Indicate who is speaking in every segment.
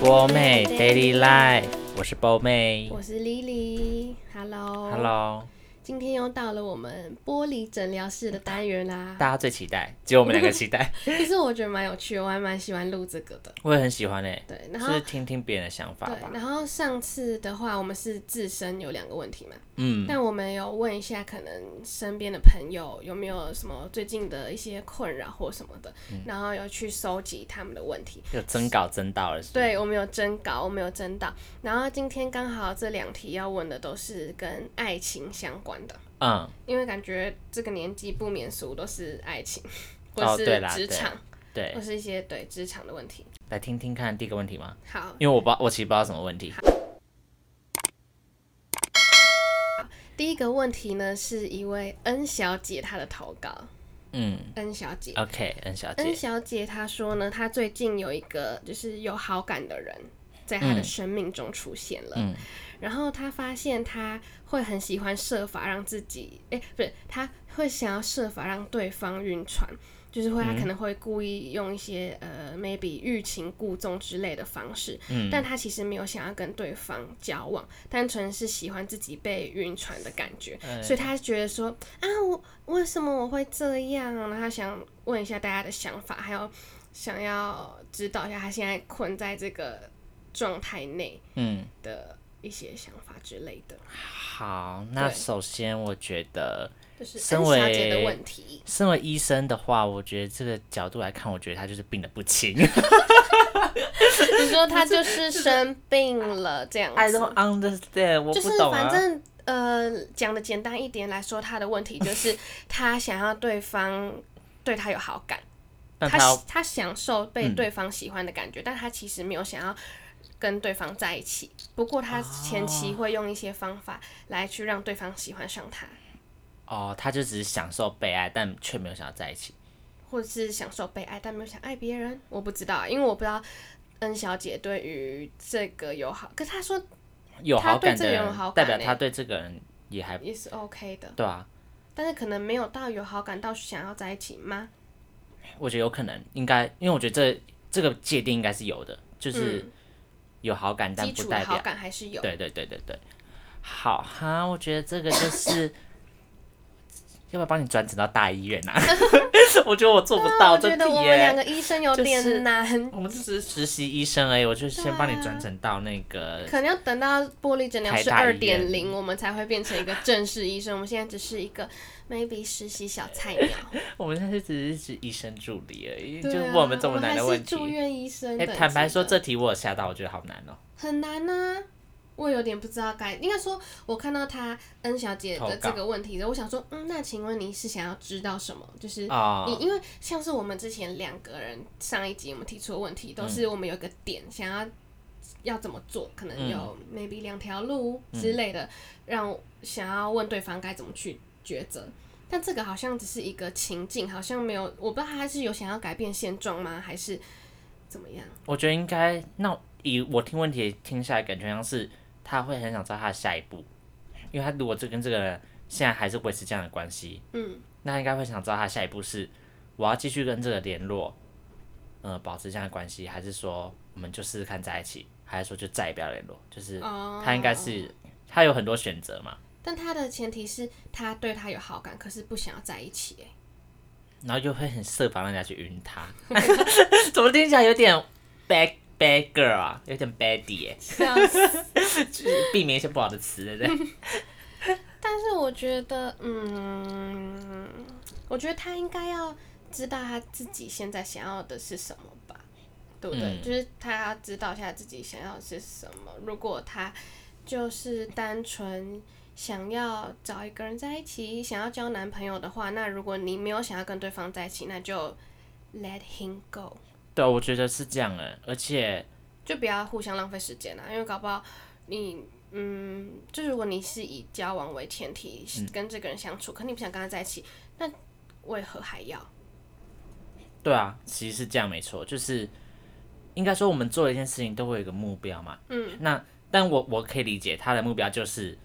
Speaker 1: 波妹 Daily Life，我是波妹。
Speaker 2: 我是 Lily，Hello。
Speaker 1: Hello，
Speaker 2: 今天又到了我们玻璃诊疗室的单元啦。
Speaker 1: 大家最期待，只有我们两个期 待。
Speaker 2: 其实我觉得蛮有趣的，我还蛮喜欢录这个的。
Speaker 1: 我也很喜欢诶、
Speaker 2: 对，然后
Speaker 1: 就是听听别人的想法
Speaker 2: 对，
Speaker 1: 吧。
Speaker 2: 然后上次的话，我们是自身有两个问题嘛，
Speaker 1: 嗯，
Speaker 2: 但我们有问一下，可能身边的朋友有没有什么最近的一些困扰或什么的，
Speaker 1: 嗯
Speaker 2: 然后有去收集他们的问题。
Speaker 1: 有征稿征到了是不是，
Speaker 2: 对，我们有征稿，我们有征到。然后今天刚好这两题要问的都是跟爱情相关的，
Speaker 1: 嗯，
Speaker 2: 因为感觉这个年纪不免俗都是爱情，
Speaker 1: 哦
Speaker 2: 或是
Speaker 1: 对啦
Speaker 2: 职
Speaker 1: 对
Speaker 2: 场，
Speaker 1: 对
Speaker 2: 或，是一些对职场的问题。
Speaker 1: 来听听看第一个问题吗？
Speaker 2: 好，
Speaker 1: 因为我不知道，我其实不知道什么问题。
Speaker 2: 第一个问题呢是一位 N 小姐她的投稿
Speaker 1: 嗯
Speaker 2: ，N 小姐。
Speaker 1: ，OK，恩小
Speaker 2: N
Speaker 1: 姐，
Speaker 2: 小姐她说呢，她最近有一个就是有好感的人，在她的
Speaker 1: 嗯
Speaker 2: 生命中出现了。
Speaker 1: 嗯
Speaker 2: 然后她发现她会很喜欢设法让自己，哎、不是，她会想要设法让对方晕船，就是会
Speaker 1: 嗯
Speaker 2: 她可能会故意用一些呃 maybe 欲擒故纵之类的方式，
Speaker 1: 嗯
Speaker 2: 但她其实没有想要跟对方交往，单纯是喜欢自己被晕船的感觉，
Speaker 1: 嗯
Speaker 2: 所以她觉得说啊，我为什么我会这样？啊然后她想问一下大家的想法，还有想要指导一下她现在困在这个状态内。
Speaker 1: 嗯，
Speaker 2: 的一些想法之类的，
Speaker 1: 好，那
Speaker 2: 对
Speaker 1: 首先我觉得。
Speaker 2: 就是
Speaker 1: 身
Speaker 2: N 小姐的
Speaker 1: 为
Speaker 2: 问题。
Speaker 1: 身为医生的话，我觉得这个角度来看，我觉得他就是病得不 轻。
Speaker 2: 你说她就是生病了这样
Speaker 1: I
Speaker 2: 子，
Speaker 1: don't understand，我
Speaker 2: 哎就
Speaker 1: 不
Speaker 2: 是
Speaker 1: 懂
Speaker 2: 反
Speaker 1: 啊。
Speaker 2: 正呃讲的简单一点来说，她的问题就是 她想要对方对她有好感，
Speaker 1: 但
Speaker 2: 她
Speaker 1: 他要嗯
Speaker 2: 喜她享受被对方喜欢的感觉，但她其实没有想要。跟对方在一起，不过她前期会用一些方法来去让对方喜欢上她，
Speaker 1: 哦，他就只是享受被爱，但却没有想要在一起。
Speaker 2: 或者是享受被爱，但没有想爱别人，我不知道啊，因为我不知道恩小姐对于这个有好，可是她说
Speaker 1: 有好
Speaker 2: 他对
Speaker 1: 感
Speaker 2: 这个
Speaker 1: 的人，
Speaker 2: 人有好
Speaker 1: 代
Speaker 2: 感
Speaker 1: 表他
Speaker 2: 欸
Speaker 1: 对这个人也还
Speaker 2: 也是 OK 的，
Speaker 1: 对啊。
Speaker 2: 但是可能没有到有好感到想要在一起吗？
Speaker 1: 我觉得有可能，应该，因为我觉得这这个界定应该是有的，
Speaker 2: 嗯
Speaker 1: 就是有好感，但
Speaker 2: 基
Speaker 1: 不
Speaker 2: 础的
Speaker 1: 代
Speaker 2: 好
Speaker 1: 表。
Speaker 2: 感还是有，
Speaker 1: 对对对对对。好哈，我觉得这个就是，要不要帮你转诊到大医院啊？ 我觉得我做不
Speaker 2: 那
Speaker 1: 到
Speaker 2: 啊我
Speaker 1: 这
Speaker 2: 觉
Speaker 1: 题
Speaker 2: 得我们两个
Speaker 1: 耶。
Speaker 2: 医生有
Speaker 1: 就是
Speaker 2: 点难，
Speaker 1: 我们只是实习医生而已，我就先帮你
Speaker 2: 对啊
Speaker 1: 转诊到那个
Speaker 2: 可能要等到玻璃诊疗室
Speaker 1: 呃台大
Speaker 2: 二
Speaker 1: 医院
Speaker 2: 点零，我们才会变成一个正式医生。我们现在只是一个 maybe 实习小菜鸟，
Speaker 1: 我们现在只是医生助理而已，
Speaker 2: 对
Speaker 1: 就
Speaker 2: 啊
Speaker 1: 问我们这么难的问
Speaker 2: 我们还是住
Speaker 1: 题。
Speaker 2: 院医生
Speaker 1: 哎、
Speaker 2: 等级的。
Speaker 1: 坦白说，这题我有吓到，我觉得好难哦、
Speaker 2: 很难呐、我有点不知道该，应该说，我看到她恩小姐的这个问题的，我想说，嗯，那请问你是想要知道什么？就是
Speaker 1: 啊
Speaker 2: 你，因为像是我们之前两个人上一集我们提出的问题，都是
Speaker 1: 嗯
Speaker 2: 我们有一个点想要要怎么做，可能有
Speaker 1: 嗯
Speaker 2: maybe 两条路之类的，让我想要问对方该怎么去抉择。但这个好像只是一个情境，好像没有，我不知道他是有想要改变现状吗，还是怎么样？
Speaker 1: 我觉得应该，那以我听问题听下来，感觉像是他会很想知道他的下一步，因为他如果就跟这个人现在还是维持这样的关系，
Speaker 2: 嗯，
Speaker 1: 那应该会想知道他下一步是我要继续跟这个联络，呃，保持这样的关系，还是说我们就试试看在一起，还是说就再也不要联络？就是
Speaker 2: 哦
Speaker 1: 他应该是他有很多选择嘛，
Speaker 2: 但他的前提是他对他有好感，可是不想要在一起。哎，
Speaker 1: 然后又会很设防让人家去晕他， 怎么听起来有点 bad bad girl 啊，有点 baddie 耶、就是避免一些不好的词，对不对？
Speaker 2: 但是我觉得，嗯，我觉得他应该要知道他自己现在想要的是什么吧，对不对？
Speaker 1: 嗯
Speaker 2: 就是他要知道一下自己想要的是什么。如果他就是单纯想要找一个人在一起，想要交男朋友的话，那如果你没有想要跟对方在一起，那就 let him go。
Speaker 1: 对，啊我觉得是这样的，而且
Speaker 2: 就不要互相浪费时间啊啦，因为搞不好你，嗯，就如果你是以交往为前提跟这个人相处，可你不想跟他在一起，那为何还要？
Speaker 1: 对啊，其实是这样没错，就是应该说我们做一件事情都会有一个目标嘛。嗯，那但我我可以理解他的目标就是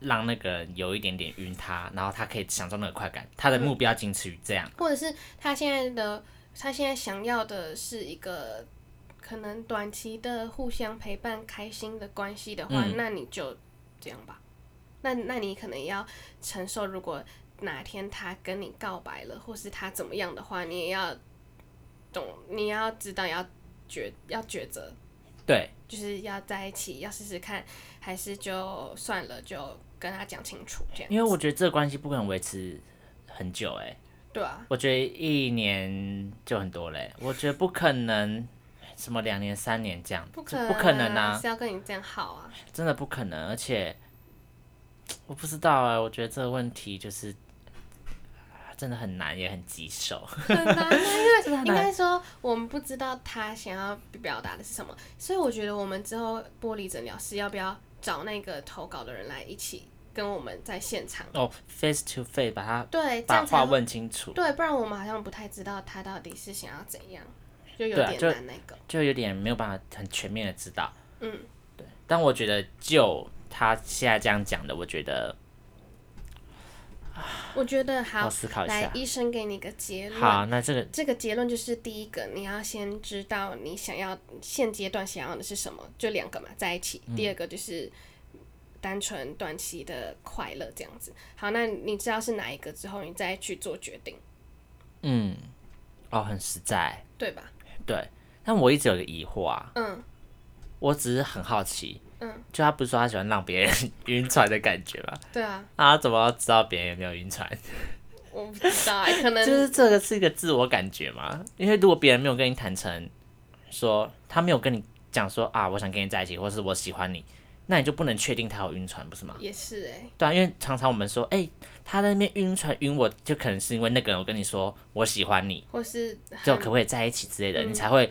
Speaker 1: 让那个人有一点点晕他，然后他可以享受那个快感，他的目标仅此于这样。
Speaker 2: 或者是他现在的他现在想要的是一个可能短期的互相陪伴、开心的关系的话，
Speaker 1: 嗯
Speaker 2: 那你就这样吧。那那你可能也要承受，如果哪天他跟你告白了，或是他怎么样的话，你也要懂，你要知道要抉要抉择，
Speaker 1: 对，
Speaker 2: 就是要在一起，要试试看，还是就算了，就跟他讲清楚这样。
Speaker 1: 因为我觉得这个关系不可能维持很久、欸，哎，
Speaker 2: 对啊，
Speaker 1: 我觉得一年就很多嘞、欸我觉得不可能什么两年、三年这样，
Speaker 2: 不可
Speaker 1: 这
Speaker 2: 能、
Speaker 1: 不可能啊，
Speaker 2: 是要跟你这样好啊。
Speaker 1: 真的不可能，而且我不知道哎、我觉得这个问题就是啊真的很难，也很 棘手。
Speaker 2: 很难啊，因为
Speaker 1: 很
Speaker 2: 应
Speaker 1: 难
Speaker 2: 该说我们不知道他想要表达的是什么，所以我觉得我们之后玻璃诊疗师要不要找那个投稿的人来一起跟我们在现场？
Speaker 1: 哦、face to face 把它
Speaker 2: 对，这
Speaker 1: 把
Speaker 2: 样
Speaker 1: 话
Speaker 2: 才会
Speaker 1: 问清楚，
Speaker 2: 对，不然我们好像不太知道他到底是想要怎样，就有
Speaker 1: 对啊
Speaker 2: 点
Speaker 1: 就
Speaker 2: 难那个。
Speaker 1: 就有点没有办法很全面的知道。
Speaker 2: 嗯，
Speaker 1: 对。但我觉得就他现在这样讲的，我觉得
Speaker 2: 我觉得
Speaker 1: 要
Speaker 2: 好，
Speaker 1: 思考一
Speaker 2: 来
Speaker 1: 下。
Speaker 2: 医生给你个结论。
Speaker 1: 好，那这个
Speaker 2: 这个结论就是第一个，你要先知道你想要现阶段想要的是什么，就两个嘛，在一起。第二个就是单纯短期的快乐这样子。好，那你知道是哪一个之后，你再去做决定，
Speaker 1: 嗯，哦，很实在，
Speaker 2: 对吧？
Speaker 1: 对。但我一直有个疑惑啊，
Speaker 2: 嗯，
Speaker 1: 我只是很好奇，
Speaker 2: 嗯，
Speaker 1: 就他不是说他喜欢让别人 晕船的感觉吗？
Speaker 2: 对啊，
Speaker 1: 那他怎么知道别人有没有晕船？
Speaker 2: 我不知道、欸，可 能
Speaker 1: 就是这个是一个自我感觉嘛，因为如果别人没有跟你坦诚说他没有跟你讲说啊，我想跟你在一起，或是我喜欢你，那你就不能确定他有晕船，不是吗？
Speaker 2: 也是哎、欸，
Speaker 1: 对啊，因为常常我们说，哎、他在那边晕船晕我，就可能是因为那个人我跟你说我喜欢你，
Speaker 2: 或是很
Speaker 1: 就可不可以在一起之类的，你
Speaker 2: 嗯
Speaker 1: 才会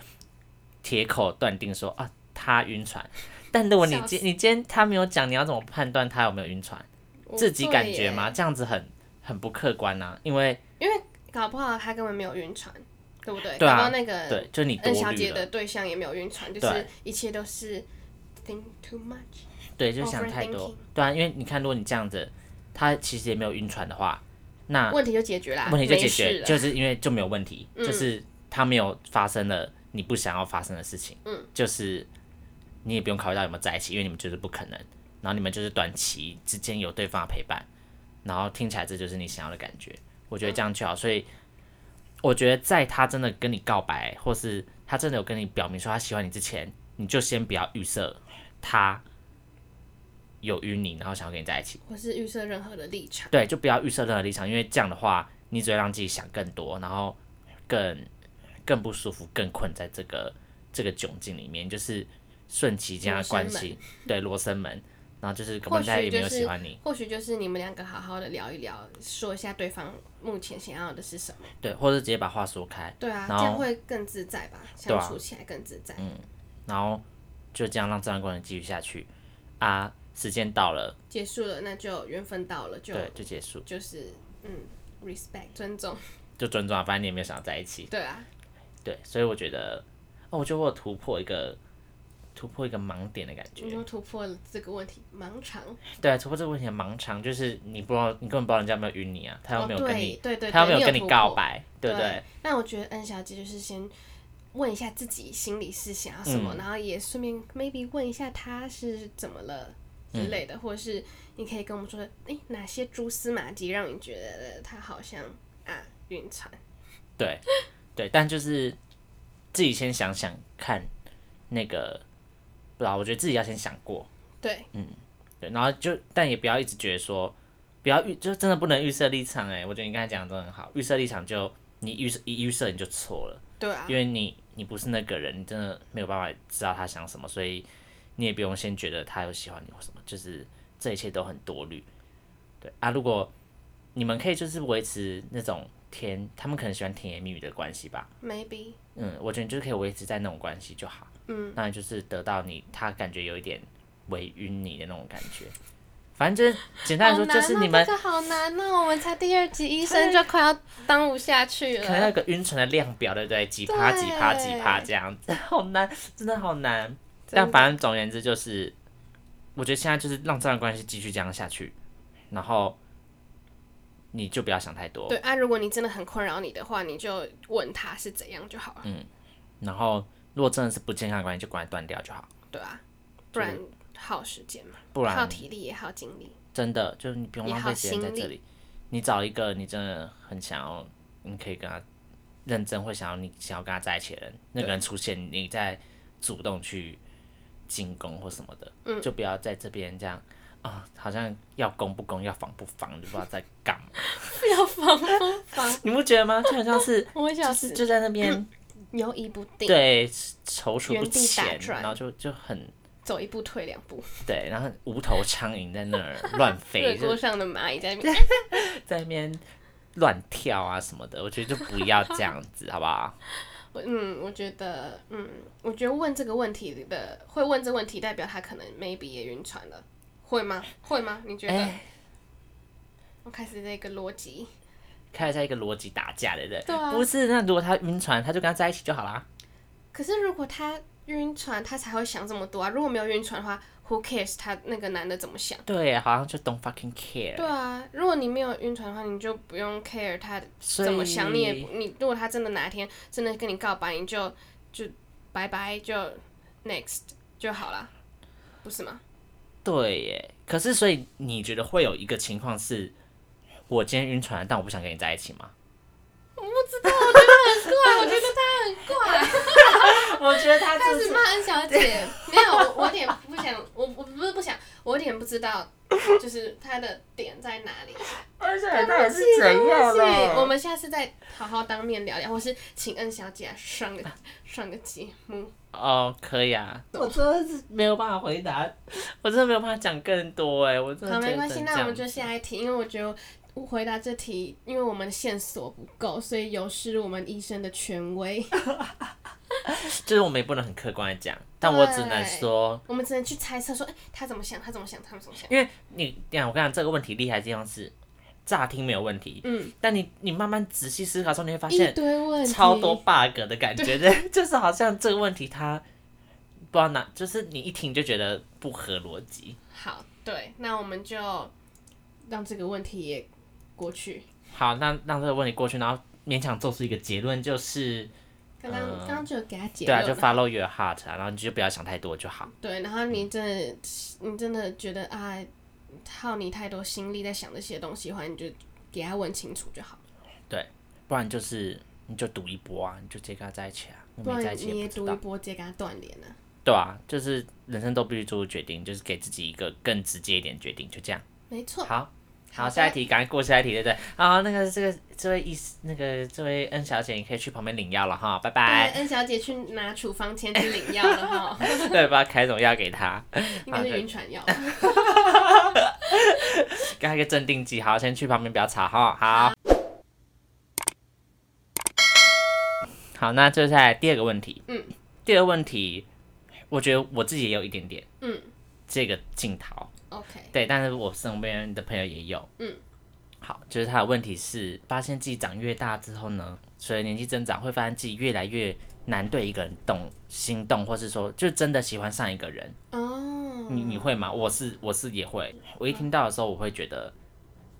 Speaker 1: 铁口断定说啊，他晕船。但如果你
Speaker 2: 笑
Speaker 1: 今你今天他没有讲，你要怎么判断他有没有晕船？
Speaker 2: 我
Speaker 1: 自己感觉吗？
Speaker 2: 对耶？
Speaker 1: 这样子很很不客观啊，因为
Speaker 2: 搞不好他根本没有晕船，对不对？
Speaker 1: 对啊
Speaker 2: 搞不好那个
Speaker 1: 对，就你多
Speaker 2: N 呃小
Speaker 1: 虑
Speaker 2: 姐
Speaker 1: 了
Speaker 2: 的，对象也没有晕船，就是
Speaker 1: 对
Speaker 2: 一切都是 think too much。
Speaker 1: 对，
Speaker 2: 哦
Speaker 1: 就想太多
Speaker 2: Overthinking，
Speaker 1: 对啊，因为你看，如果你这样子，他其实也没有晕船的话，那
Speaker 2: 问题就解决啦，
Speaker 1: 啊问题就
Speaker 2: 没
Speaker 1: 解
Speaker 2: 事
Speaker 1: 决，
Speaker 2: 了。
Speaker 1: 就是因为就没有问题，
Speaker 2: 嗯
Speaker 1: 就是他没有发生了你不想要发生的事情，
Speaker 2: 嗯，
Speaker 1: 就是你也不用考虑到有没有在一起，因为你们就是不可能，然后你们就是短期之间有对方的陪伴，然后听起来这就是你想要的感觉，我觉得这样就好，所以我觉得在他真的跟你告白，或是他真的有跟你表明说他喜欢你之前，你就先不要预设他有晕你，然后想要跟你在一起。
Speaker 2: 我是预设任何的立场，
Speaker 1: 对，就不要预设任何立场，因为这样的话，你只会让自己想更多，然后更更不舒服，更困在这个这个窘境里面，就是顺其这样的关系，对罗生门，然后就是可
Speaker 2: 或
Speaker 1: 能
Speaker 2: 许
Speaker 1: 他也没
Speaker 2: 就
Speaker 1: 有
Speaker 2: 是
Speaker 1: 喜欢你，
Speaker 2: 或许就是你们两个好好的聊一聊，说一下对方目前想要的是什么。
Speaker 1: 对，或者直接把话说开，
Speaker 2: 对啊，这
Speaker 1: 然后
Speaker 2: 样会更自在吧，
Speaker 1: 对
Speaker 2: 相
Speaker 1: 啊嗯
Speaker 2: 处起来更自在。
Speaker 1: 然后就这样让这段关系继续下去啊，时间到了，
Speaker 2: 结束了，那就缘分到了，就
Speaker 1: 对，就结束，
Speaker 2: 就是嗯，respect 尊重。
Speaker 1: 就尊重啊，反正你也没有想要在一起，
Speaker 2: 对啊，
Speaker 1: 对，所以我觉得，哦，我觉得我有突破一个突破一个盲点的感觉
Speaker 2: 你，又突破了这个问题，盲肠。
Speaker 1: 对啊，突破这个问题的盲肠就是你不知道，你根本不知道人家有没有晕你啊，他有
Speaker 2: 哦，
Speaker 1: 没有跟
Speaker 2: 对
Speaker 1: 你，
Speaker 2: 对对，
Speaker 1: 他有没
Speaker 2: 对
Speaker 1: 有跟
Speaker 2: 你
Speaker 1: 你
Speaker 2: 突
Speaker 1: 告
Speaker 2: 破？
Speaker 1: 白，对不对？
Speaker 2: 那我觉得 N 小姐就是先问一下自己心里是想要什
Speaker 1: 嗯
Speaker 2: 么，然后也顺便 maybe 问一下她是怎么了之类
Speaker 1: 嗯
Speaker 2: 的，或者是你可以跟我们说，诶，哪些蛛丝马迹让你觉得她好像啊晕船？
Speaker 1: 对对，但就是自己先想想看那个，不知道，我觉得自己要先想过，
Speaker 2: 对，
Speaker 1: 对，然后就但也不要一直觉得说，不要预，就真的不能预设立场哎、我觉得你刚才讲的真的很好，预设立场就你预设一预设你就错了，
Speaker 2: 对啊，
Speaker 1: 因为你你不是那个人，你真的没有办法知道他想什么，所以你也不用先觉得他有喜欢你或什么，就是这一切都很多虑。对啊，如果你们可以就是维持那种甜，他们可能喜欢甜言蜜语的关系吧。
Speaker 2: maybe
Speaker 1: 嗯，我觉得你就是可以维持在那种关系就好。嗯，那就是得到你他感觉有一点微晕你的那种感觉。反正就是简单来
Speaker 2: 好
Speaker 1: 说，
Speaker 2: 难
Speaker 1: 就是
Speaker 2: 哦，
Speaker 1: 你们
Speaker 2: 这个好难哦，我们才第二集，医生就快要当不下去
Speaker 1: 可能要
Speaker 2: 了
Speaker 1: 有。个晕船的量表，对不对？几趴
Speaker 2: 对
Speaker 1: 几趴几趴这样子，好难，真的好难。
Speaker 2: 真的
Speaker 1: 但反正总而言之就是，我觉得现在就是让这段关系继续这样下去，然后你就不要想太多嗯
Speaker 2: 对，啊，如果你真的很困扰你的话，你就问他是怎样就好了。
Speaker 1: 然后如果真的是不健康的关系，就赶快断掉就好。
Speaker 2: 对啊，不然耗时间嘛，
Speaker 1: 不然
Speaker 2: 耗体力也耗精力。
Speaker 1: 真的就是你不用
Speaker 2: 也
Speaker 1: 浪
Speaker 2: 好
Speaker 1: 费时间在
Speaker 2: 心
Speaker 1: 这
Speaker 2: 力
Speaker 1: 里，你找一个你真的很想要，你可以跟他认真会想要你想要跟他在一起的人，那个人出现，你再主动去进攻或什么的，
Speaker 2: 嗯
Speaker 1: 就不要在这边这样啊、好像要攻不攻，要防不防，就不知道在干嘛，
Speaker 2: 不要防不防，
Speaker 1: 你不觉得吗？就很像是
Speaker 2: 我嗯 会
Speaker 1: 就
Speaker 2: 笑
Speaker 1: 是
Speaker 2: 死，
Speaker 1: 就在那边
Speaker 2: 犹疑不定，
Speaker 1: 对踌躇不
Speaker 2: 原地打
Speaker 1: 前，
Speaker 2: 转
Speaker 1: 然后就就很
Speaker 2: 走一步退两步，
Speaker 1: 对，然后很无头苍蝇在那儿乱
Speaker 2: 热
Speaker 1: 飞，就
Speaker 2: 锅上的蚂蚁在那边。
Speaker 1: 在那边乱跳啊什么的，我觉得就不要这样子， 好不好？
Speaker 2: 我嗯，我觉得，嗯，我觉得问这个问题的，会问这问题，代表他可能 maybe 也晕船了，会吗？会吗？你觉得？
Speaker 1: 哎
Speaker 2: 我开始这个逻辑，
Speaker 1: 开始在一个逻辑打架，对不对？
Speaker 2: 对啊
Speaker 1: 不是，那如果他晕船，他就跟他在一起就好啦。
Speaker 2: 可是如果他晕船，他才会想这么多啊。如果没有晕船的话，Who cares？他那个男的怎么想？
Speaker 1: 对，好像就 don't fucking care。
Speaker 2: 对啊，如果你没有晕船的话，你就不用 care 他
Speaker 1: 所以
Speaker 2: 怎么想，你也不你如果他真的哪天真的跟你告白，你就就拜拜，就 next 就好啦，不是吗？
Speaker 1: 对耶。可是，所以你觉得会有一个情况是，我今天晕船了，但我不想跟你在一起吗？
Speaker 2: 对，啊我觉得他很 怪。
Speaker 1: 我觉得他
Speaker 2: 开始骂恩小姐，没有，我我有点不想，我我不是不想，我有点不知道，就是她的点在哪 里。
Speaker 1: 而且
Speaker 2: 对不起对不起我们下次再好好当面聊聊，或是请恩小姐来啊上个上个节目。
Speaker 1: 哦，可以啊。我真的是没有办法回答，我真的没有办法讲更多哎，我真的
Speaker 2: 好，
Speaker 1: 觉得
Speaker 2: 没关系，
Speaker 1: 真的
Speaker 2: 那我们
Speaker 1: 这
Speaker 2: 就
Speaker 1: 样
Speaker 2: 下一题，因为我觉得。回答这题，因为我们线索不够，所以有失我们医生的权威，
Speaker 1: 就是我们也不能很客观的讲，但我只能
Speaker 2: 对
Speaker 1: 说，
Speaker 2: 我们只能去猜测说，哎、他怎么想，他怎么想，他怎么想。
Speaker 1: 因为你，这样我跟你讲，这个问题厉害的地方是，乍听没有问题，
Speaker 2: 嗯，
Speaker 1: 但你你慢慢仔细思考之后，你会发
Speaker 2: 一
Speaker 1: 现
Speaker 2: 堆问题，
Speaker 1: 超多 bug 的感觉，对， 就是好像这个问题它不知道哪，就是你一听就觉得不合逻辑。
Speaker 2: 好，对，那我们就让这个问题也过去。
Speaker 1: 好，那让这个问题过去，然后勉强做出一个结论，就是
Speaker 2: 刚刚、
Speaker 1: 嗯
Speaker 2: 刚刚就有给他结
Speaker 1: 对啊，
Speaker 2: 论
Speaker 1: 就
Speaker 2: 了，
Speaker 1: follow your heart 啊，然后你就不要想太多就好。
Speaker 2: 对然后你真的你真的觉得啊，耗你太多心力在想这些东西的话，你就给他问清楚就好，
Speaker 1: 不然就是你就赌一波啊，你就直接跟他在一起啊，你
Speaker 2: 不
Speaker 1: 没在
Speaker 2: 然
Speaker 1: 一起
Speaker 2: 你
Speaker 1: 也
Speaker 2: 也
Speaker 1: 不知
Speaker 2: 赌
Speaker 1: 道
Speaker 2: 一。波，直接跟他断联了。
Speaker 1: 对啊，就是人生都必须做出决定，就是给自己一个更直接一点的决定，就这样。
Speaker 2: 没错，
Speaker 1: 好，
Speaker 2: 好
Speaker 1: 好，
Speaker 2: 的
Speaker 1: 下一题，赶快过下一题，对不对？好，那个这个这位医师，那个这位恩小姐，你可以去旁边领药了哈，拜
Speaker 2: 对，
Speaker 1: 拜。
Speaker 2: 恩小姐去拿处方签去领药了 哈，
Speaker 1: 对，不知道开什么药给她，
Speaker 2: 应该是
Speaker 1: 对
Speaker 2: 晕船药。
Speaker 1: 啊给她一个镇定剂。好，先去旁边不要吵哈。好，好，那接下来第二个问题。
Speaker 2: 嗯，
Speaker 1: 第二个问题，我觉得我自己也有一点点
Speaker 2: 嗯
Speaker 1: 这个镜头。
Speaker 2: ，OK，
Speaker 1: 对，但是我身边的朋友也有，
Speaker 2: 嗯，
Speaker 1: 好，就是他的问题是，发现自己长越大之后呢，随着年纪增长，会发现自己越来越难对一个人动心动，或是说就真的喜欢上一个人，
Speaker 2: 哦，
Speaker 1: 你你会吗？我是我是也会，我一听到的时候，我会觉得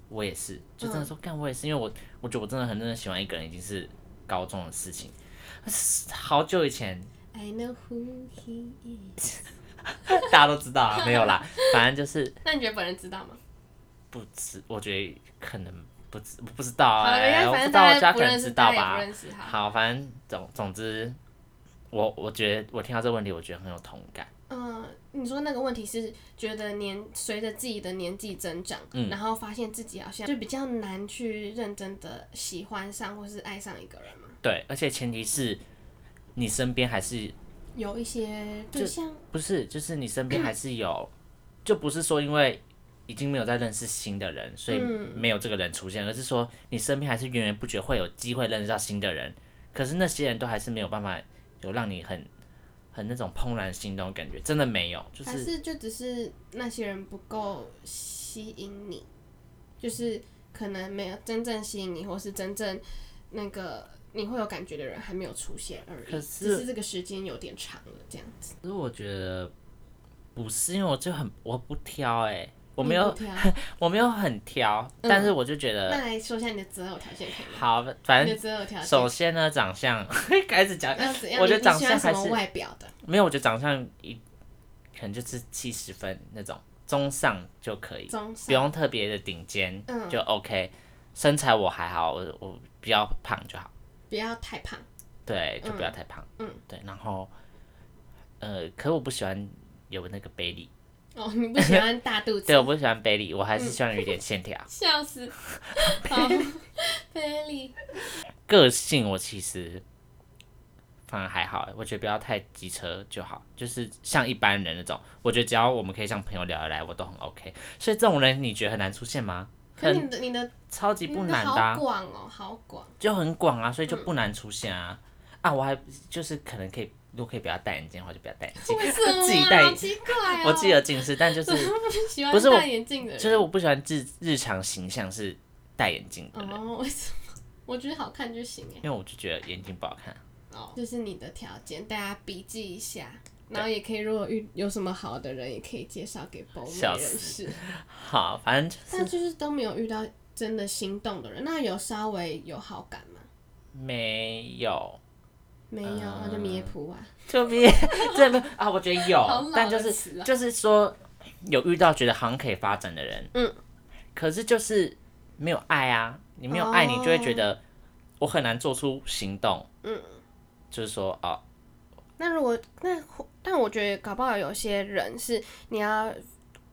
Speaker 1: 我也是，就真的说干我也是，因为我我觉得我真的很认真喜欢一个人，已经是高中的事情， 好久以前
Speaker 2: I know who he is。
Speaker 1: 大家都知道啊，没有啦，反正就是
Speaker 2: 那你觉得本人知道吗？
Speaker 1: 不知，我觉得可能不知，我不知道
Speaker 2: 好了，没关系
Speaker 1: 哎、我
Speaker 2: 反
Speaker 1: 不
Speaker 2: 正
Speaker 1: 知道，
Speaker 2: 大
Speaker 1: 我觉得
Speaker 2: 家
Speaker 1: 可
Speaker 2: 不
Speaker 1: 能
Speaker 2: 认
Speaker 1: 知
Speaker 2: 识，
Speaker 1: 道
Speaker 2: 大家也不
Speaker 1: 吧。
Speaker 2: 认识，好，
Speaker 1: 好，反正总总之，我我觉得我听到这个问题，我觉得很有同感。
Speaker 2: 嗯，你说那个问题是觉得年随着自己的年纪增长，
Speaker 1: 嗯
Speaker 2: 然后发现自己好像就比较难去认真的喜欢上或是爱上一个人嘛？
Speaker 1: 对，而且前提是你身边还是
Speaker 2: 有一些对象，
Speaker 1: 不是，就是你身边还是有，就不是说因为已经没有在认识新的人，所以
Speaker 2: 嗯
Speaker 1: 没有这个人出现，而是说你身边还是源源不绝会有机会认识到新的人，可是那些人都还是没有办法有让你很很那种怦然心动的感觉，真的没有，就
Speaker 2: 还
Speaker 1: 是。
Speaker 2: 是就只是那些人不够吸引你，就是可能没有真正吸引你，或是真正那个你会有感觉的人还没有出现而已，
Speaker 1: 可是
Speaker 2: 只是这个时间有点长了这样子。
Speaker 1: 可是我觉得不是，因为我就很我不挑哎、我
Speaker 2: 你
Speaker 1: 没有
Speaker 2: 不挑
Speaker 1: 我没有很挑，
Speaker 2: 嗯
Speaker 1: 但是我就觉得
Speaker 2: 那来说一下你的择偶条件可以吗？
Speaker 1: 好，反
Speaker 2: 你的
Speaker 1: 正
Speaker 2: 择偶条件
Speaker 1: 首，先呢，长相 开始讲，
Speaker 2: 那怎样？
Speaker 1: 我觉得
Speaker 2: 你
Speaker 1: 长
Speaker 2: 你喜欢
Speaker 1: 相还
Speaker 2: 什
Speaker 1: 是
Speaker 2: 么外表的？
Speaker 1: 没有，我觉得长相一可能就是七十分那种，中上就可以，
Speaker 2: 中
Speaker 1: 不
Speaker 2: 上，
Speaker 1: 用特别的顶尖，
Speaker 2: 嗯
Speaker 1: 就 OK。身材我还好，我我比较胖就好，
Speaker 2: 不要太胖。
Speaker 1: 对，就不要太胖，
Speaker 2: 嗯，
Speaker 1: 对。然后，呃，可我不喜欢有那个 belly，
Speaker 2: 哦，你不嗯喜欢大肚子？
Speaker 1: 对，我不喜欢 belly，我还是希望有一点线条。
Speaker 2: 笑 死！好，贝利，
Speaker 1: 个性我其实反而还好，我觉得不要太机车就好，就是像一般人那种。我觉得只要我们可以像朋友聊得来，我都很 OK。所以这种人你觉得很难出现吗？
Speaker 2: 可是
Speaker 1: 很
Speaker 2: 你的你的
Speaker 1: 超级
Speaker 2: 你
Speaker 1: 不
Speaker 2: 的
Speaker 1: 难的
Speaker 2: 嗯好
Speaker 1: 啊、
Speaker 2: 嗯广哦，好广。
Speaker 1: 就很广啊，所以就不难出现啊。啊，我还就是可能可以，如果可以不要戴眼镜的话，就不要戴眼镜
Speaker 2: 为什，
Speaker 1: 自己
Speaker 2: 么
Speaker 1: 戴
Speaker 2: 啊？好。奇怪哦！
Speaker 1: 我自己有近视，但就
Speaker 2: 怎
Speaker 1: 是
Speaker 2: 么不喜
Speaker 1: 不
Speaker 2: 欢
Speaker 1: 是我
Speaker 2: 戴眼镜的人？
Speaker 1: 就是我不喜欢日日常形象是戴眼镜的人，
Speaker 2: 哦，为什么？ 我觉得好看就行哎。
Speaker 1: 因为我就觉得眼睛不好看。
Speaker 2: 哦，就是你的条件，大家笔记一下，然后也可以，如果遇有什么好的人，也可以介绍给博美
Speaker 1: 笑
Speaker 2: 人
Speaker 1: 死
Speaker 2: 士。
Speaker 1: 好，反正就是
Speaker 2: 但就是都没有遇到真的心动的人，那有稍微有好感吗？
Speaker 1: 没有。
Speaker 2: 没有，
Speaker 1: 呃
Speaker 2: 那就咩噗啊。
Speaker 1: 特别真的没有 啊，我觉得
Speaker 2: 好
Speaker 1: 有
Speaker 2: 老，
Speaker 1: 但就
Speaker 2: 的
Speaker 1: 是
Speaker 2: 词啊
Speaker 1: 就是说有遇到觉得好像可以发展的人，
Speaker 2: 嗯，
Speaker 1: 可是就是没有爱啊，你没有爱，
Speaker 2: 哦
Speaker 1: 你就会觉得我很难做出行动，嗯，就是说哦，
Speaker 2: 那如果那但我觉得搞不好有些人是你要，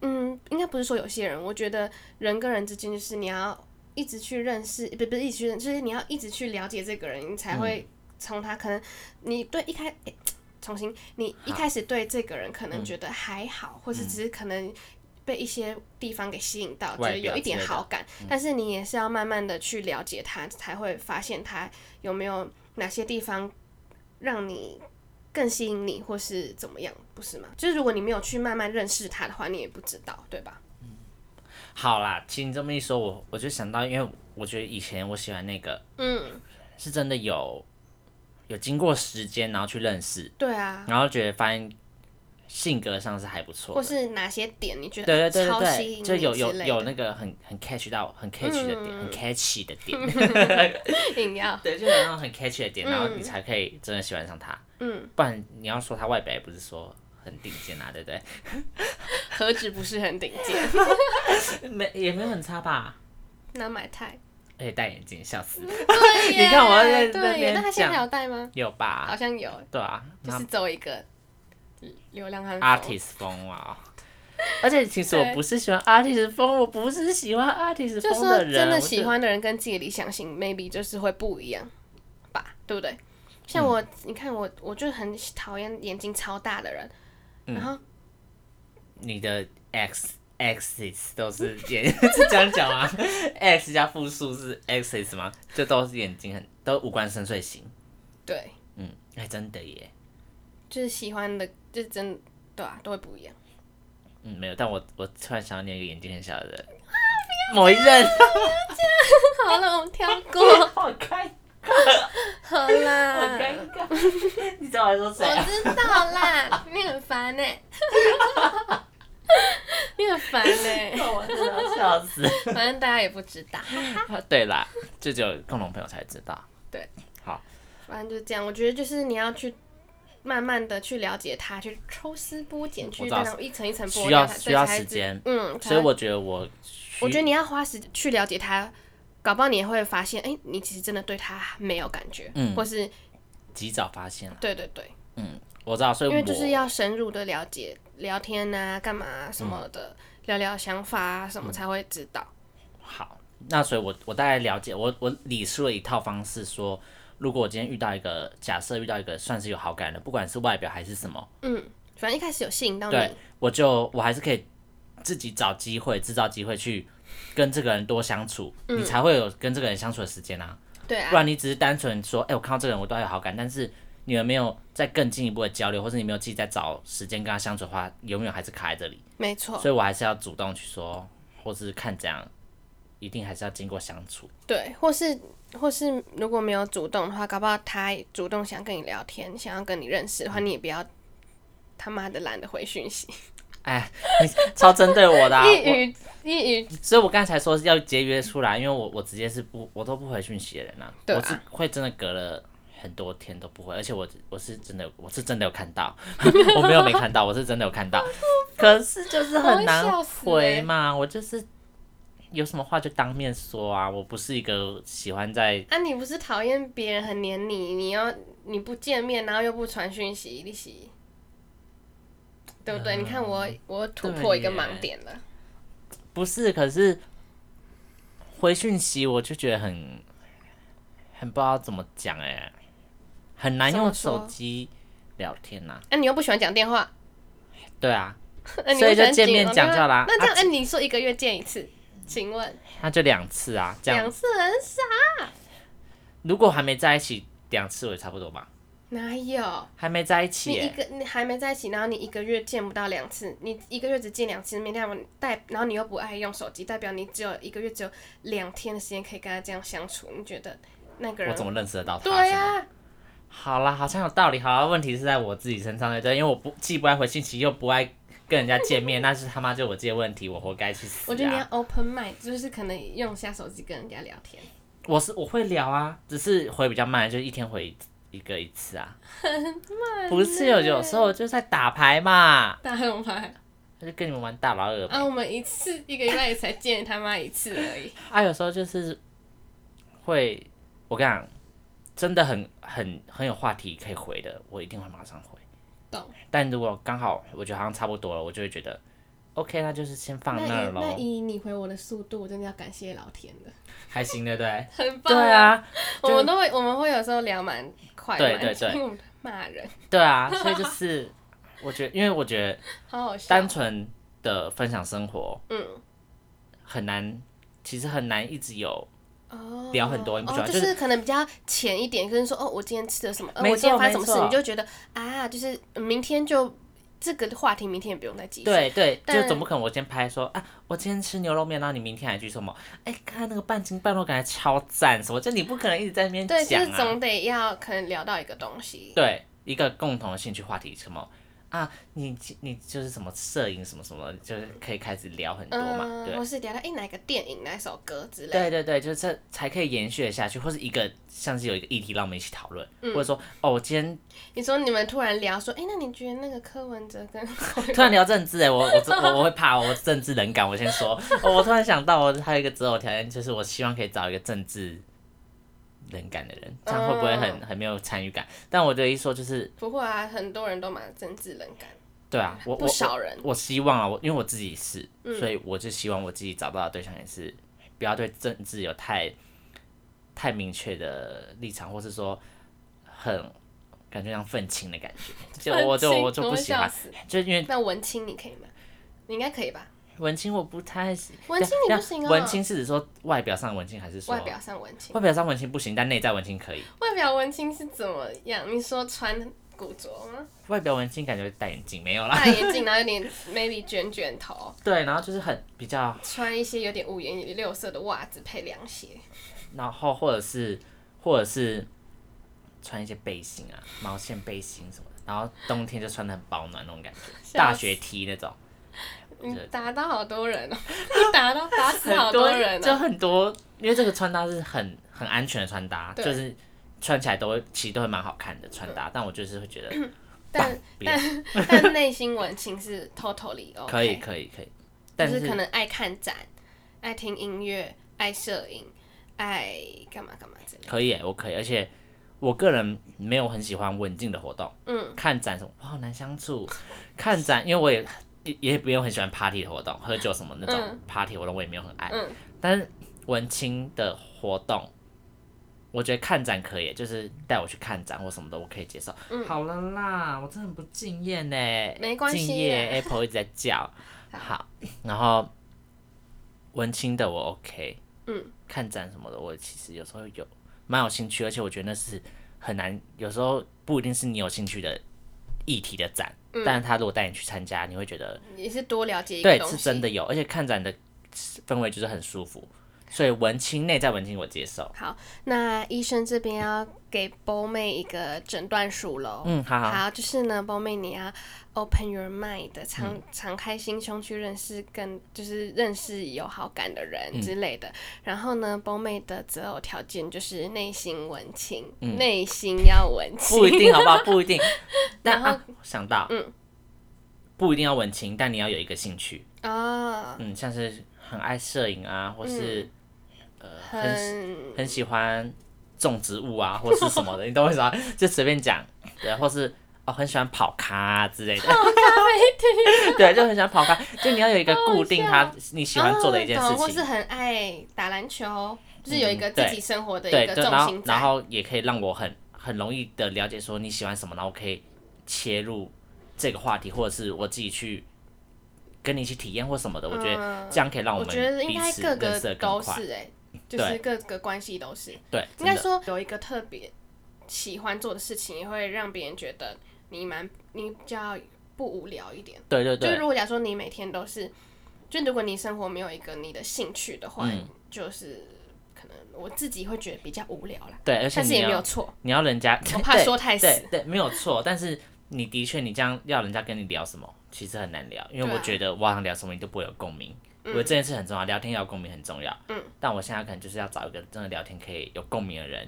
Speaker 2: 嗯，应该不是说有些人，我觉得人跟人之间就是你要一直去认识，不不是一直去认识，就是你要一直去了解这个人，你才会
Speaker 1: 嗯
Speaker 2: 从他可能你对一开。诶重新，你一开始对这个人可能觉得还好，或
Speaker 1: 嗯
Speaker 2: 是只是可能被一些地方给吸引到，觉
Speaker 1: 外
Speaker 2: 得有
Speaker 1: 表
Speaker 2: 一点
Speaker 1: 之类的嗯
Speaker 2: 好感，但是你也是要慢慢的去了解他，才会发现他有没有哪些地方让你更吸引你，或是怎么样，不是吗？就是如果你没有去慢慢认识他的话，你也不知道，对吧？
Speaker 1: 好啦，其实你这么一说，我我就想到，因为我觉得以前我喜欢那个
Speaker 2: 嗯，
Speaker 1: 是真的有有经过时间，然后去认识，
Speaker 2: 对啊，
Speaker 1: 然后觉得发现性格上是还不错的，
Speaker 2: 或是哪些点你觉
Speaker 1: 对对
Speaker 2: 得
Speaker 1: 对
Speaker 2: 超
Speaker 1: 对
Speaker 2: 吸引
Speaker 1: 对，
Speaker 2: 你
Speaker 1: 就有有
Speaker 2: 之类 的
Speaker 1: 有
Speaker 2: 嗯
Speaker 1: 那个很很 catch 到很 catch 的点，很 catchy 的点，
Speaker 2: 硬要
Speaker 1: 对，就有那种很 catch 的
Speaker 2: 嗯
Speaker 1: 点，然后你才可以真的喜欢上他。嗯，不然你要说他外表也不是说很顶尖啊，对 不对？
Speaker 2: 何止不是很顶尖，
Speaker 1: 没也没有很差吧，
Speaker 2: 那买太
Speaker 1: 而且戴眼镜，笑死，
Speaker 2: 嗯对耶
Speaker 1: 你看我要在那
Speaker 2: 对耶
Speaker 1: 边，
Speaker 2: 那他现在
Speaker 1: 讲
Speaker 2: 还有戴吗？
Speaker 1: 有吧
Speaker 2: 好？像有，
Speaker 1: 对啊，
Speaker 2: 就
Speaker 1: 那
Speaker 2: 是走一个流浪汉风
Speaker 1: artist 风啊。而且其实我
Speaker 2: 对
Speaker 1: 不是喜欢 artist 风，我不是喜欢 artist
Speaker 2: 就
Speaker 1: 风
Speaker 2: 说
Speaker 1: 的人，
Speaker 2: 真的
Speaker 1: 我
Speaker 2: 喜
Speaker 1: 就
Speaker 2: 欢的人跟自己理想型 maybe 就是会不一样吧，对不对？
Speaker 1: 嗯
Speaker 2: 像我，你看我，我就很讨厌眼睛超大的人，
Speaker 1: 嗯
Speaker 2: 然后
Speaker 1: 你的 x axis 都是眼 是这样讲吗？x 加复数是 axis 吗？就都是眼睛很都五官深邃型。
Speaker 2: 对，
Speaker 1: 嗯，哎、真的耶。
Speaker 2: 就是喜欢的，就是真对啊，都会不一样。
Speaker 1: 嗯，没有，但我我突然想到你有一个眼睛很小的人，
Speaker 2: 啊
Speaker 1: 某 一任，
Speaker 2: 好了，我们跳过，
Speaker 1: 好尴
Speaker 2: 好
Speaker 1: 好
Speaker 2: 啦，
Speaker 1: 尴尬。你知道我在说谁
Speaker 2: 我
Speaker 1: 啊？
Speaker 2: 知道啦，你很烦呢、 你很烦呢、
Speaker 1: 我真的要笑死。
Speaker 2: 反正大家也不知道，
Speaker 1: 对啦，这只有共同朋友才知道。
Speaker 2: 对，
Speaker 1: 好，
Speaker 2: 反正就是这样。我觉得就是你要去慢慢的去了解他，去抽丝剥茧，去
Speaker 1: 知道
Speaker 2: 那种一层一层剥
Speaker 1: 需
Speaker 2: 掉
Speaker 1: 要
Speaker 2: 它，
Speaker 1: 需
Speaker 2: 对
Speaker 1: 要
Speaker 2: 才
Speaker 1: 时
Speaker 2: 知
Speaker 1: 间，
Speaker 2: 嗯，才
Speaker 1: 所以
Speaker 2: 会
Speaker 1: 我觉得我需
Speaker 2: 我觉得你要花时间去了解他，搞不好你也会发现，哎、你其实真的对他没有感觉，
Speaker 1: 嗯
Speaker 2: 或是
Speaker 1: 及早发现了。
Speaker 2: 对对对，
Speaker 1: 嗯，我知道，所以
Speaker 2: 因
Speaker 1: 我
Speaker 2: 为就是要深入的了解，聊天呐、干嘛、啊什么
Speaker 1: 嗯
Speaker 2: 的，聊聊想法啊什么才会知道。
Speaker 1: 好，那所以我我大概了解，我我理出了一套方式说，如果我今天遇到一个假设遇到一个算是有好感的，不管是外表还是什么，
Speaker 2: 嗯，反正一开始有吸引到你，
Speaker 1: 对我就我还是可以自己找机会，制造机会去跟这个人多相处，你才会有跟这个人相处的时间啊。
Speaker 2: 对啊，
Speaker 1: 不然你只是单纯说，哎、我看到这个人我对他有好感，但是你们没有再更进一步的交流，或是你没有自己在找时间跟他相处的话，永远还是卡在这里。
Speaker 2: 没错，
Speaker 1: 所以我还是要主动去说，或是看怎样，一定还是要经过相处。
Speaker 2: 对，或是。或是如果没有主动的话，搞不好他主动
Speaker 1: 嗯
Speaker 2: 想跟你聊天，想要跟你认识的话，你也不要他妈的懒得回讯息。
Speaker 1: 哎，你超针对我的、啊，
Speaker 2: 一
Speaker 1: 我
Speaker 2: 语一语，
Speaker 1: 所以我刚才说是要节约出来，因为我我直接是不我都不回讯息的人啊，
Speaker 2: 对啊
Speaker 1: 我是会真的隔了很多天都不回，而且我我是真的我是真的有看到， 我没有没看到，我是真的有看 到，可是就是很
Speaker 2: 我会笑
Speaker 1: 难
Speaker 2: 死
Speaker 1: 回
Speaker 2: 欸
Speaker 1: 嘛，我就是有什么话就当面说啊，我不是一个喜欢在
Speaker 2: 啊，你不是讨厌别人很黏你，你要你不见面，然后又不传讯息，你是对不对？你看我我突破一个
Speaker 1: 嗯对耶
Speaker 2: 盲点了，
Speaker 1: 不是，可是回讯息我就觉得很很不知道怎么讲哎、很难
Speaker 2: 怎么
Speaker 1: 用
Speaker 2: 说
Speaker 1: 手机聊天呐、
Speaker 2: 啊，你又不喜欢讲电话，
Speaker 1: 对啊。
Speaker 2: 那你
Speaker 1: 所以
Speaker 2: 会
Speaker 1: 就
Speaker 2: 生气
Speaker 1: 见面
Speaker 2: 吗
Speaker 1: 讲就好啦
Speaker 2: 那这样，
Speaker 1: 啊
Speaker 2: 哎，你说一个月见一次，请问
Speaker 1: 那就两次啊，这
Speaker 2: 两
Speaker 1: 样。
Speaker 2: 次很少？
Speaker 1: 如果还没在一起，两次我也差不多吧。
Speaker 2: 哪有？
Speaker 1: 还没在一起欸
Speaker 2: 你一
Speaker 1: 耶、
Speaker 2: 个你还没在一起，然后你一个月见不到两次，你一个月只见两次面，代表你代，然后你又不爱用手机，代表你只有一个月只有两天的时间可以跟他这样相处，你觉得那个
Speaker 1: 我
Speaker 2: 人
Speaker 1: 怎么认识得到他？
Speaker 2: 对啊
Speaker 1: 是吗
Speaker 2: 呀、
Speaker 1: 好啦，好像有道理。好啊啦，问题是在我自己身上，对不对？因为我不既不爱回信息，又不爱跟人家见 面，那是他妈就我自己的问题，我活该去死、啊。
Speaker 2: 我觉得你要 open mind，就是可能用一下手机跟人家聊天。
Speaker 1: 我是我会聊啊，只是回比较慢，就一天回一个一次啊。很慢。不是有有时候我就在打牌嘛，
Speaker 2: 大红 牌
Speaker 1: 我就跟你们玩大老二嘛。
Speaker 2: 啊，我们一次一个礼拜也才见他妈一次而已。
Speaker 1: 啊，有时候就是会，我跟你讲，真的很很很有话题可以回的，我一定会马上回。
Speaker 2: 懂。
Speaker 1: 但如果刚好我觉得好像差不多了，我就会觉得 OK，那就是先放那
Speaker 2: 那
Speaker 1: 儿
Speaker 2: 以那
Speaker 1: 喽，
Speaker 2: 以你回我的速度，我真的要感谢老天了，
Speaker 1: 还行对不对？
Speaker 2: 很棒、
Speaker 1: 对，啊，
Speaker 2: 我们都会我们会有时候聊蛮快，
Speaker 1: 对
Speaker 2: 蛮
Speaker 1: 对对
Speaker 2: 因为我们骂人，
Speaker 1: 对啊，所以就是我觉得，因为我觉得
Speaker 2: 好好笑
Speaker 1: 单。纯的分享生活
Speaker 2: 嗯，
Speaker 1: 很难，其实很难一直有
Speaker 2: 哦，
Speaker 1: 聊很多你不喜
Speaker 2: 哦
Speaker 1: 欢
Speaker 2: 就
Speaker 1: 就是
Speaker 2: 是可能比较浅一点，跟说哦，我今天吃了什么，呃，
Speaker 1: 没
Speaker 2: 我今天
Speaker 1: 错
Speaker 2: 发生什么
Speaker 1: 没
Speaker 2: 事，
Speaker 1: 错
Speaker 2: 你就觉得啊，就是明天就这个话题，明天也不用再继续。啊
Speaker 1: 对对，就
Speaker 2: 但
Speaker 1: 总不可能我今天拍说啊，我今天吃牛肉面，然后你明天还去什么？哎，刚才那个半斤半肉感觉超赞什么？就你不可能一直在那边
Speaker 2: 对，就
Speaker 1: 讲
Speaker 2: 是
Speaker 1: 啊。
Speaker 2: 总得要可能聊到一个东西。
Speaker 1: 对，一个共同的兴趣话题什么啊？你你就是什么摄影什么什么，就是可以开始聊很多嘛。
Speaker 2: 嗯，或是聊到哎、哪个电影、哪首歌之类
Speaker 1: 对对对对，就是这才可以延续得下去，或是一个像是有一个议题让我们一起讨论，
Speaker 2: 嗯
Speaker 1: 或者说哦，我今天
Speaker 2: 你说你们突然聊说，哎、那你觉得那个柯文哲跟
Speaker 1: 突然聊政治哎、我我我我会怕，我政治冷感。我先 说，哦我突然想到，我还有一个择偶条件，就是我希望可以找一个政治冷感的人，这样会不会
Speaker 2: 哦
Speaker 1: 很很没有参与感？但我的意思说就是，
Speaker 2: 不会啊，很多人都蛮政治冷感，
Speaker 1: 对啊，我
Speaker 2: 不
Speaker 1: 我
Speaker 2: 少人嗯
Speaker 1: 我希望啊，我因为我自己是，所以我就希望我自己找到的对象也是不要对政治有太太明确的立场，或是说很感觉像愤青的感觉，就我就
Speaker 2: 愤青
Speaker 1: 我就
Speaker 2: 我
Speaker 1: 不
Speaker 2: 会
Speaker 1: 喜
Speaker 2: 笑
Speaker 1: 欢
Speaker 2: 死，
Speaker 1: 就因为
Speaker 2: 那文青你可以吗？你应该可以吧？
Speaker 1: 文青我不太喜，
Speaker 2: 文青你不行哦
Speaker 1: 文青是指说外表上的文青还是说
Speaker 2: 外表上文青，
Speaker 1: 外表上文青不行，但内在文青可以。
Speaker 2: 外表文青是怎么样？你说穿古着 吗？
Speaker 1: 外表文青感觉戴眼镜没有啦，
Speaker 2: 戴眼镜，然后有点 maybe 卷卷头，
Speaker 1: 对，然后就是很比较，
Speaker 2: 穿一些有点五颜六色的袜子配凉鞋，
Speaker 1: 然后或者是或者是穿一些背心啊，毛线背心什么的，然后冬天就穿的很保暖那种感觉，
Speaker 2: 死
Speaker 1: 大学 T 那种，
Speaker 2: 你
Speaker 1: 对
Speaker 2: 打到好多人哦、 你打到打死好多人 哦、
Speaker 1: 就很多，因为这个穿搭是很很安全的穿搭，
Speaker 2: 对
Speaker 1: 就是穿起来都会其实都会蛮好看的穿搭，但我就是会觉得
Speaker 2: 嗯 但
Speaker 1: 不要
Speaker 2: 但但内心文青是 totally OK，
Speaker 1: 可以可以可以，
Speaker 2: 就
Speaker 1: 但
Speaker 2: 是
Speaker 1: 是
Speaker 2: 可能爱看展、爱听音乐、爱摄影、爱干嘛干嘛之类的。
Speaker 1: 可以耶，我可以，而且我个人没有很喜欢文静的活动，
Speaker 2: 嗯，
Speaker 1: 看展什么，我好难相处。看展，因为我也也也没有很喜欢 party 的活动，喝酒什么那种
Speaker 2: 嗯
Speaker 1: party 活动我也没有很爱。
Speaker 2: 嗯
Speaker 1: 但是文青的活动，我觉得看展可以，就是带我去看展或什么的，我可以接受。好了啦，我真的很不敬业呢。
Speaker 2: 嗯没关系啊啦
Speaker 1: 敬业 Apple 一直在 叫。好，然后文青的我 OK，
Speaker 2: 嗯，
Speaker 1: 看展什么的我其实有时候有蛮有兴趣，而且我觉得那是很难，有时候不一定是你有兴趣的议题的展，
Speaker 2: 嗯
Speaker 1: 但是他如果带你去参加，你会觉得
Speaker 2: 也是多了解一个
Speaker 1: 对
Speaker 2: 东西，
Speaker 1: 是真的有，而且看展的氛围就是很舒服，所以文青内在文青我接受。
Speaker 2: 好，那医生这边要给波妹一个诊断书喽。
Speaker 1: 嗯，好好，
Speaker 2: 好，就是呢，波妹你要 open your mind，敞
Speaker 1: 嗯
Speaker 2: 敞开心胸去认识更就是认识有好感的人
Speaker 1: 嗯
Speaker 2: 之类的。然后呢，波妹的择偶条件就是内心文青，内、心要文青，
Speaker 1: 嗯不一定好不好？不一定。但
Speaker 2: 然后
Speaker 1: 啊，想到，
Speaker 2: 嗯，
Speaker 1: 不一定要文青，但你要有一个兴趣，
Speaker 2: 啊，
Speaker 1: 嗯，像是很爱摄影啊，或是
Speaker 2: 很
Speaker 1: 很喜欢种植物啊，或是什么的，你懂我意思吧？就随便讲，对，或是哦很喜欢跑咖啊之类的， 跑咖没对，就很喜欢跑咖，就你要有一个固定
Speaker 2: 好
Speaker 1: 他你 喜欢做的一件
Speaker 2: 啊
Speaker 1: 事
Speaker 2: 懂或
Speaker 1: 情
Speaker 2: 是，很爱打篮球，就是有一个自
Speaker 1: 嗯对
Speaker 2: 己生活的一
Speaker 1: 对，
Speaker 2: 个
Speaker 1: 就
Speaker 2: 重
Speaker 1: 然后
Speaker 2: 心在。
Speaker 1: 然后也可以让我很很容易的了解说你喜欢什么，然后可以切入这个话题，或者是我自己去跟你一起体验或什么的，我觉得这样可以让
Speaker 2: 嗯我
Speaker 1: 们
Speaker 2: 觉得
Speaker 1: 彼
Speaker 2: 应该
Speaker 1: 此
Speaker 2: 各
Speaker 1: 认
Speaker 2: 个
Speaker 1: 识的更
Speaker 2: 都
Speaker 1: 快，
Speaker 2: 是哎、就是
Speaker 1: 对
Speaker 2: 各个关系都是。
Speaker 1: 对，
Speaker 2: 应
Speaker 1: 真
Speaker 2: 该
Speaker 1: 的
Speaker 2: 说有一个特别喜欢做的事情，也会让别人觉得你蛮你比较不无聊一点。
Speaker 1: 对对
Speaker 2: 就是
Speaker 1: 对，
Speaker 2: 如果假如说你每天都是，就如果你生活没有一个你的兴趣的话，
Speaker 1: 嗯
Speaker 2: 就是可能我自己会觉得比较无聊啦。
Speaker 1: 对，而且
Speaker 2: 但是
Speaker 1: 你
Speaker 2: 也没
Speaker 1: 要
Speaker 2: 有 错，
Speaker 1: 你要人家，
Speaker 2: 我怕
Speaker 1: 对
Speaker 2: 说太死
Speaker 1: 对对，没有错。但是你的确，你这样要人家跟你聊什么，其实很难聊，因为
Speaker 2: 对啊
Speaker 1: 我觉得我好像聊什么你都不会有共鸣。我觉得这件事很重要，聊天要有共鸣很重要。
Speaker 2: 嗯。
Speaker 1: 但我现在可能就是要找一个真的聊天可以有共鸣的人，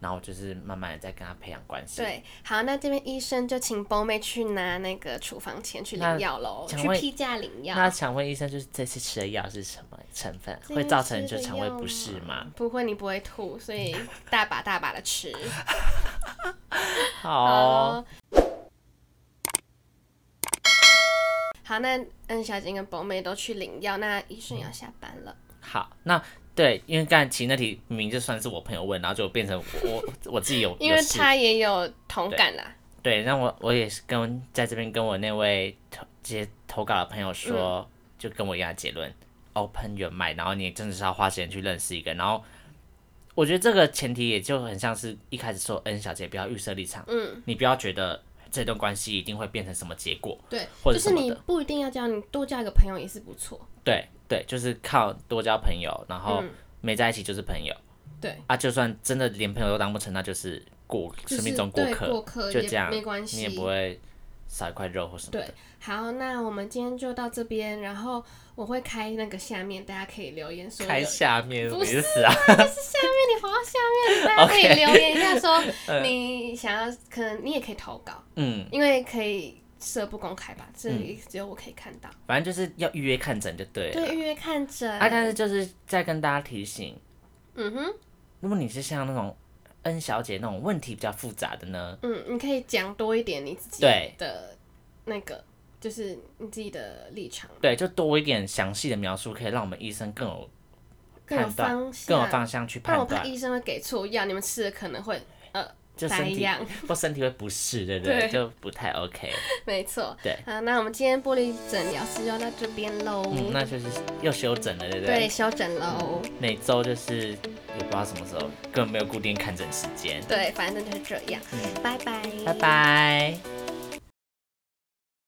Speaker 1: 然后就是慢慢的再跟他培养关系。。
Speaker 2: 对，好，那这边医生就请波妹去拿那个处方钱去
Speaker 1: 那
Speaker 2: 领药喽，
Speaker 1: 请
Speaker 2: 去
Speaker 1: 问
Speaker 2: 批假领药。
Speaker 1: 那想问医生，就是这次吃的药是什么成分，
Speaker 2: 这
Speaker 1: 会
Speaker 2: 次
Speaker 1: 造成就
Speaker 2: 的
Speaker 1: 肠胃
Speaker 2: 药
Speaker 1: 不适吗？
Speaker 2: 不会，你不会吐，所以大把大把的吃。
Speaker 1: 好哦，
Speaker 2: 好，好，那嗯，小金跟博妹都去领药，那医生也要下班了。
Speaker 1: 好，那对，因为刚才其实那题明明就算是我朋友问，然后就变成我我我自己有，
Speaker 2: 因
Speaker 1: 有
Speaker 2: 为
Speaker 1: 事
Speaker 2: 他也有同感啦。
Speaker 1: 对，那我我也是跟在这边跟我那位投接投稿的朋友说，
Speaker 2: 嗯
Speaker 1: 就跟我一样的结论，open your mind，然后你真的是要花时间去认识一个，然后我觉得这个前提也就很像是一开始说，N 小姐不要预设立场，嗯，你不要觉得这段关系一定会变成什么结果，
Speaker 2: 对，
Speaker 1: 或
Speaker 2: 就
Speaker 1: 者
Speaker 2: 是
Speaker 1: 什么的
Speaker 2: 你不一定要交，你多交一个朋友也是不错。
Speaker 1: 对对，就是靠多交朋友，然后没在一起就是朋友、
Speaker 2: 嗯对，
Speaker 1: 啊，就算真的连朋友都当不成，那就是过
Speaker 2: 就
Speaker 1: 生
Speaker 2: 是
Speaker 1: 命中
Speaker 2: 对
Speaker 1: 客，
Speaker 2: 过客
Speaker 1: 就
Speaker 2: 也
Speaker 1: 这样，
Speaker 2: 没关系
Speaker 1: 你也不会少一块肉或什么的
Speaker 2: 对。，好，那我们今天就到这边，然后我会开那个下面，大家可以留言说有
Speaker 1: 开下面，
Speaker 2: 不
Speaker 1: 我就死啊！
Speaker 2: 下面你滑到下面，大家可以
Speaker 1: OK
Speaker 2: 留言一下 说你想要，可能你也可以投稿，
Speaker 1: 嗯，
Speaker 2: 因为可以设不公开吧，这里只有我可以看到。
Speaker 1: 反正就是要预约看诊就对了。
Speaker 2: 对，预约看诊。
Speaker 1: 啊，但是就是再跟大家提醒，
Speaker 2: 嗯哼，
Speaker 1: 如果你是像那种 N 小姐那种问题比较复杂的呢，
Speaker 2: 嗯，你可以讲多一点你自己
Speaker 1: 对
Speaker 2: 的那个，就是你自己的立场，
Speaker 1: 对，就多一点详细的描述，可以让我们医生更有
Speaker 2: 更有
Speaker 1: 判断
Speaker 2: 方
Speaker 1: 更有
Speaker 2: 向。
Speaker 1: 方向去
Speaker 2: 不然啊我
Speaker 1: 判
Speaker 2: 怕
Speaker 1: 断，
Speaker 2: 医生会给错药，你们吃了可能会呃
Speaker 1: 就
Speaker 2: 呆
Speaker 1: 身体
Speaker 2: 样。
Speaker 1: 或身体会不适，对不对？
Speaker 2: 对
Speaker 1: 就不太 OK。
Speaker 2: 没错。
Speaker 1: 对
Speaker 2: 好，那我们今天玻璃诊疗室就到这边喽。
Speaker 1: 嗯，那就是又休整了，对不
Speaker 2: 对，
Speaker 1: 对？
Speaker 2: 休整喽。
Speaker 1: 每周就是也不知道什么时候，根本没有固定看诊时间。嗯
Speaker 2: 对，反正就是这样。拜拜，
Speaker 1: 拜拜。